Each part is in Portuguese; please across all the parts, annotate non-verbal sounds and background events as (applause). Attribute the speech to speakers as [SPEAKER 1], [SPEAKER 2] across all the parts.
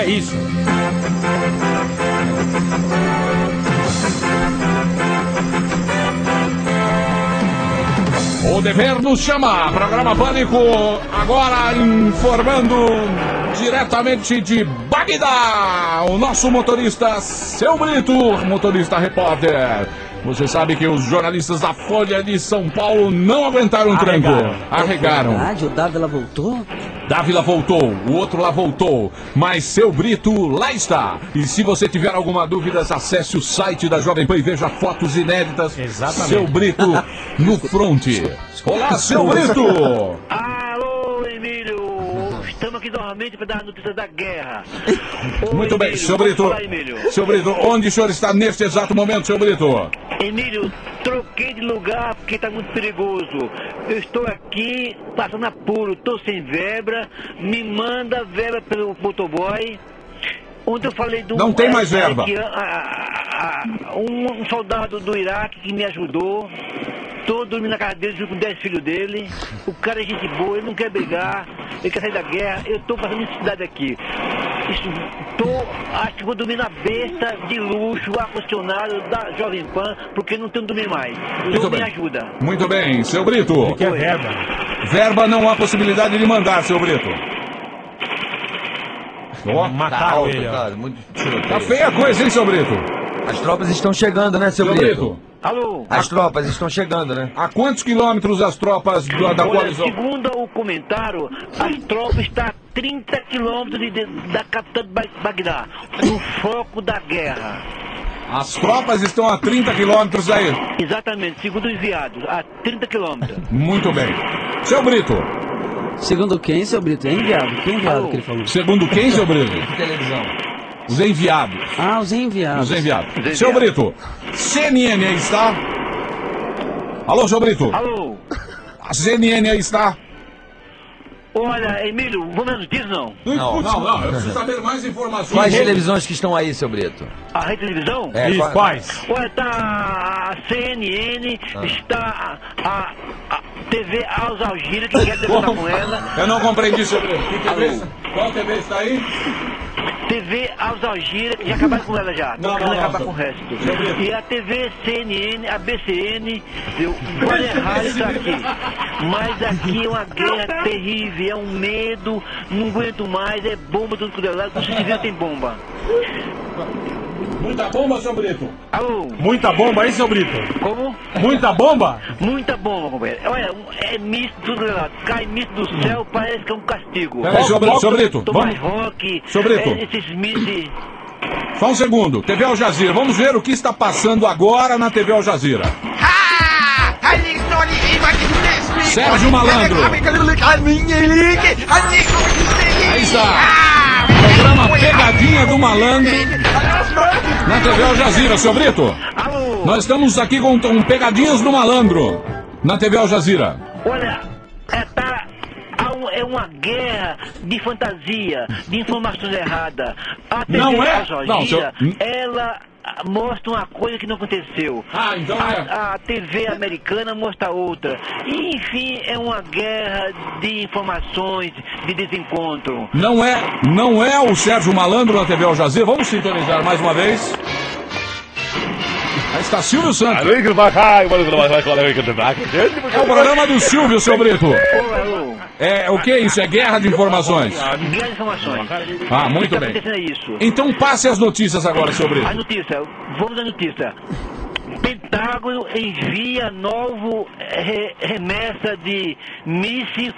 [SPEAKER 1] É isso. O dever nos chama. Programa Pânico agora informando diretamente de Bagdá. O nosso motorista, seu Brito, motorista repórter. Você sabe que os jornalistas da Folha de São Paulo não aguentaram o tranco. Arregaram.
[SPEAKER 2] Verdade, o Dávila voltou?
[SPEAKER 1] Dávila voltou, o outro lá voltou, mas seu Brito lá está. E se você tiver alguma dúvida, acesse o site da Jovem Pan e veja fotos inéditas. Exatamente. Seu Brito (laughs) no front. Olá, seu Brito!
[SPEAKER 3] Alô, Emílio! Estamos aqui novamente para dar a notícia da guerra. Ô,
[SPEAKER 1] (laughs) Muito bem,
[SPEAKER 3] Emílio,
[SPEAKER 1] seu
[SPEAKER 3] pode
[SPEAKER 1] Brito.
[SPEAKER 3] falar, Emílio.
[SPEAKER 1] Seu Brito, onde o senhor está neste exato momento, seu Brito?
[SPEAKER 3] Emílio, troquei de lugar porque está muito perigoso. Eu estou aqui passando apuro, estou sem vebra. Me manda vebra pelo motoboy. Ontem eu falei do.
[SPEAKER 1] Não tem mais verba.
[SPEAKER 3] Então, Um, um soldado do Iraque que me ajudou. Tô dormindo na casa dele junto com 10 filhos dele. O cara é gente boa, ele não quer brigar, ele quer sair da guerra. Eu tô passando necessidade aqui. Isso, tô, acho que vou dormir na besta de luxo, ar-condicionado da Jovem Pan, porque não tenho dormir mais.
[SPEAKER 1] Muito
[SPEAKER 3] Não me
[SPEAKER 1] bem.
[SPEAKER 3] ajuda.
[SPEAKER 1] Muito bem, seu Brito.
[SPEAKER 3] é verba?
[SPEAKER 1] Verba não há possibilidade de mandar, seu Brito. Ó,
[SPEAKER 4] Mataram
[SPEAKER 1] alto,
[SPEAKER 4] ele, ó.
[SPEAKER 1] cara, muito tiroteio. Tá feia a coisa, hein, seu Brito?
[SPEAKER 4] As tropas estão chegando, né, seu
[SPEAKER 1] Seu
[SPEAKER 4] Brito?
[SPEAKER 1] Brito.
[SPEAKER 3] Alô?
[SPEAKER 4] As tropas estão chegando, né?
[SPEAKER 1] A quantos quilômetros as tropas do, da
[SPEAKER 3] Olha,
[SPEAKER 1] coalizão?
[SPEAKER 3] segundo o comentário, as tropas estão a 30 quilômetros de- de- da capital de Ba- Bagdá, no foco da guerra.
[SPEAKER 1] As tropas estão a 30 quilômetros aí.
[SPEAKER 3] Exatamente, segundo os viados, a 30 quilômetros.
[SPEAKER 1] Muito bem. Seu Brito,
[SPEAKER 2] Segundo quem, seu Brito? É enviado. Quem enviado que ele falou?
[SPEAKER 1] segundo quem, seu Brito?
[SPEAKER 4] Televisão.
[SPEAKER 1] Os enviados.
[SPEAKER 2] Ah, os enviados.
[SPEAKER 1] Os enviados.
[SPEAKER 3] enviados.
[SPEAKER 1] Seu Brito, CNN aí está? Alô, seu Brito.
[SPEAKER 3] Alô?
[SPEAKER 1] A CNN aí está?
[SPEAKER 3] Olha, Emílio, vamos diz não.
[SPEAKER 1] Não, não, não. Eu preciso saber mais informações.
[SPEAKER 4] Quais televisões que estão aí, seu Brito?
[SPEAKER 3] A rede televisão?
[SPEAKER 4] É, qual-
[SPEAKER 1] quais?
[SPEAKER 3] Olha, tá a CNN,
[SPEAKER 1] Ah.
[SPEAKER 3] está a, a- a TV Al Jazeera, que quer debater com ela.
[SPEAKER 1] Eu não compreendi, seu Brito. Que TV?
[SPEAKER 3] Alô?
[SPEAKER 1] Qual TV está aí?
[SPEAKER 3] TV Al Jazeera, que já acabaram com ela já.
[SPEAKER 1] Não,
[SPEAKER 3] Não,
[SPEAKER 1] não, não,
[SPEAKER 3] acabar
[SPEAKER 1] não.
[SPEAKER 3] com o resto. E a TV CNN, a BCN, eu vou errar isso é aqui. Mas aqui é uma guerra terrível, é um medo, não aguento mais, é bomba tudo que lado, com certeza tem bomba.
[SPEAKER 1] Muita bomba, seu Brito.
[SPEAKER 3] Alô?
[SPEAKER 1] Muita bomba aí, seu Brito.
[SPEAKER 3] Como?
[SPEAKER 1] Muita bomba?
[SPEAKER 3] Muita bomba, companheiro. Olha, um- é misto tudo lado. Cai misto do céu, parece que é um castigo.
[SPEAKER 1] Peraí, seu Brito, seu Brito,
[SPEAKER 3] Tomás
[SPEAKER 1] vamos-
[SPEAKER 3] rock,
[SPEAKER 1] Seu Brito.
[SPEAKER 3] é, esses mitos.
[SPEAKER 1] Só um segundo. TV Al Jazeera. Vamos ver o que está passando agora na TV Al Jazeera. Sérgio Malandro. Aí está. Programa Pegadinha do Malandro na TV Al Jazeera, seu Brito.
[SPEAKER 3] Alô?
[SPEAKER 1] Nós estamos aqui com um Pegadinhas do Malandro na TV Al Jazeera.
[SPEAKER 3] Olha, é, tá, há um- é uma guerra de fantasia, de informações erradas. A TV
[SPEAKER 1] Não é?
[SPEAKER 3] Al Jazeera,
[SPEAKER 1] Não, seu-
[SPEAKER 3] ela ah, mostra uma coisa que não aconteceu.
[SPEAKER 1] Ah, então é.
[SPEAKER 3] A, a TV americana mostra outra. E, enfim, é uma guerra de informações, de desencontro.
[SPEAKER 1] Não é, não é o Sérgio Malandro na TV Al Jazeera. Vamos sintonizar mais uma vez. Aí está Silvio Santos. É
[SPEAKER 5] É
[SPEAKER 1] o programa do Silvio, seu Brito.
[SPEAKER 3] Alô,
[SPEAKER 1] É, o que é isso? É guerra de informações.
[SPEAKER 3] alô. Grandes informações.
[SPEAKER 1] Ah, muito
[SPEAKER 3] O que tá
[SPEAKER 1] bem.
[SPEAKER 3] acontecendo é isso.
[SPEAKER 1] Então passe as notícias agora, seu Brito.
[SPEAKER 3] A notícia, vamos à notícia. Pentágono envia novo re- remessa de míssil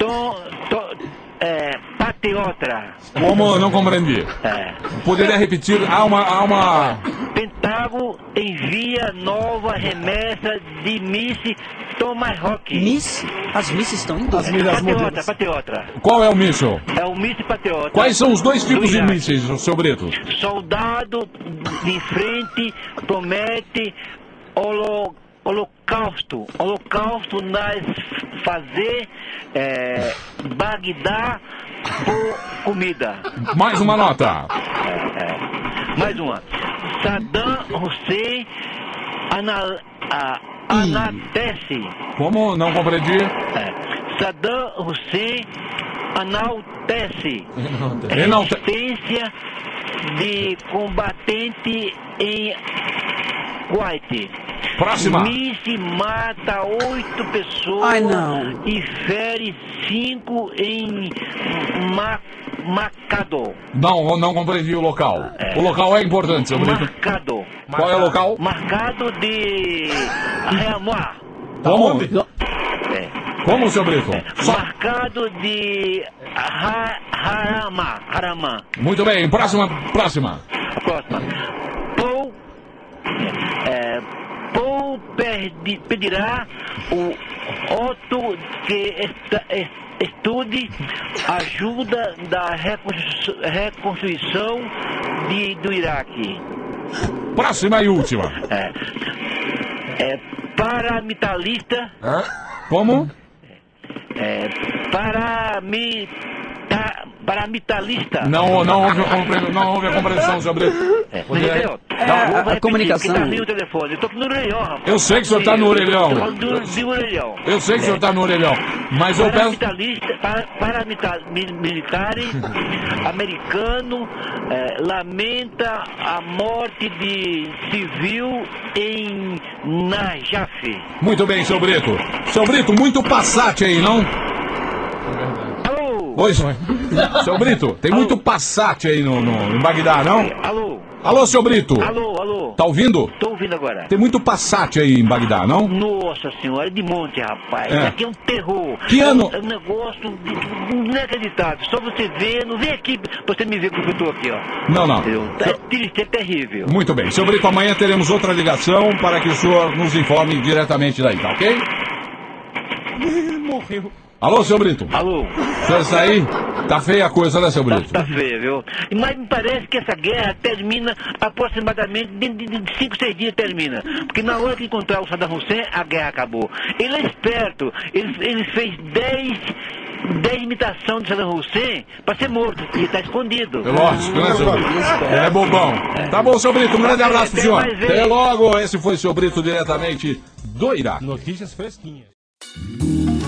[SPEAKER 3] tom, to- é, patriota.
[SPEAKER 1] Como não compreendi.
[SPEAKER 3] É.
[SPEAKER 1] Poderia repetir? Há uma. Há uma...
[SPEAKER 3] Pentágono envia nova remessa de míssil Tomahawk.
[SPEAKER 2] Miss? As misses estão indo.
[SPEAKER 3] É, patriota, patriota.
[SPEAKER 1] Qual é o míssil?
[SPEAKER 3] É o míssil patriota.
[SPEAKER 1] Quais são os dois tipos de
[SPEAKER 3] Iraque.
[SPEAKER 1] mísseis, seu Brito?
[SPEAKER 3] Soldado de frente promete holo- holocausto. Holocausto nas fazer é, Bagdá por comida.
[SPEAKER 1] Mais uma nota.
[SPEAKER 3] É. Mais uma. Saddam Hussein ana, a- anatece.
[SPEAKER 1] Como não compreendi?
[SPEAKER 3] É. Saddam Hussein analtece.
[SPEAKER 1] Enaltece.
[SPEAKER 3] resistência de combatente em Kuwait.
[SPEAKER 1] Próxima.
[SPEAKER 3] Miss mata oito pessoas
[SPEAKER 2] Ai, não.
[SPEAKER 3] e fere cinco em Ma Macado.
[SPEAKER 1] Não, não compreendi o local. O local é importante, seu Brito.
[SPEAKER 3] Marcado.
[SPEAKER 1] Qual é o local?
[SPEAKER 3] Marcado de Reamoar.
[SPEAKER 1] Como?
[SPEAKER 3] É.
[SPEAKER 1] Como, seu Brito? Só-
[SPEAKER 3] Marcado de Ha- Harama. Harama.
[SPEAKER 1] Muito bem, próxima, próxima.
[SPEAKER 3] A próxima. Paul, é, Paul perdi- pedirá o Otto que esta- es- estude ajuda da reconstru- reconstrução de- do Iraque.
[SPEAKER 1] Próxima e última.
[SPEAKER 3] É, é paramilitarista,
[SPEAKER 4] Hã?
[SPEAKER 1] Como?
[SPEAKER 3] é, paramita, paramilitarista.
[SPEAKER 1] Não, não houve, a compre- não houve a compreensão, seu Brito.
[SPEAKER 3] É, não,
[SPEAKER 1] Poderia-
[SPEAKER 3] entendeu?
[SPEAKER 2] a-
[SPEAKER 3] vou
[SPEAKER 2] a
[SPEAKER 3] repetir,
[SPEAKER 2] comunicação-
[SPEAKER 3] porque Tá ali o telefone. Eu tô no orelhão, rapaz.
[SPEAKER 1] Eu sei que o senhor tá no orelhão.
[SPEAKER 3] Eu tô do, de orelhão.
[SPEAKER 1] Eu sei que o senhor tá no orelhão, mas eu peço.
[SPEAKER 3] Paramilitarista, para, paramita- mi-
[SPEAKER 1] (laughs)
[SPEAKER 3] militares americano eh, lamenta a morte de civil em Najaf.
[SPEAKER 1] Muito bem, seu Brito. Seu Brito, muito passate aí, não?
[SPEAKER 3] Alô?
[SPEAKER 1] Oi, senhor. Seu Brito, tem muito passate aí no, no, em Bagdá, não?
[SPEAKER 3] Alô?
[SPEAKER 1] Alô, seu Brito.
[SPEAKER 3] Alô, alô?
[SPEAKER 1] Tá ouvindo?
[SPEAKER 3] Tô ouvindo agora.
[SPEAKER 1] Tem muito passate aí em Bagdá, não?
[SPEAKER 3] Nossa senhora, é de monte, rapaz.
[SPEAKER 1] É.
[SPEAKER 3] Isso aqui é um terror.
[SPEAKER 1] Que
[SPEAKER 3] É um-
[SPEAKER 1] ano?
[SPEAKER 3] É um, negócio inacreditável. Só você ver, não vem aqui pra você me ver como eu tô aqui, ó.
[SPEAKER 1] Não, não.
[SPEAKER 3] Entendeu? É triste, é terrível.
[SPEAKER 1] Muito bem. Seu Brito, amanhã teremos outra ligação para que o senhor nos informe diretamente daí, tá ok? Morreu. Alô, seu Brito.
[SPEAKER 3] Alô,
[SPEAKER 1] O senhor está aí? Tá feia a coisa, né, seu
[SPEAKER 3] tá,
[SPEAKER 1] Brito?
[SPEAKER 3] tá feio, viu? Mas me parece que essa guerra termina aproximadamente dentro de 5, 6 dias termina. Porque na hora que encontrar o Saddam Hussein, a guerra acabou. Ele é esperto. Ele, ele fez 10, 10 imitações de Saddam Hussein pra ser morto. E tá escondido.
[SPEAKER 1] É lógico, né, seu Brito? É bobão. Tá bom, seu Brito, um grande abraço pro senhor. Até logo, esse foi seu Brito diretamente do Iraque.
[SPEAKER 5] Notícias fresquinhas.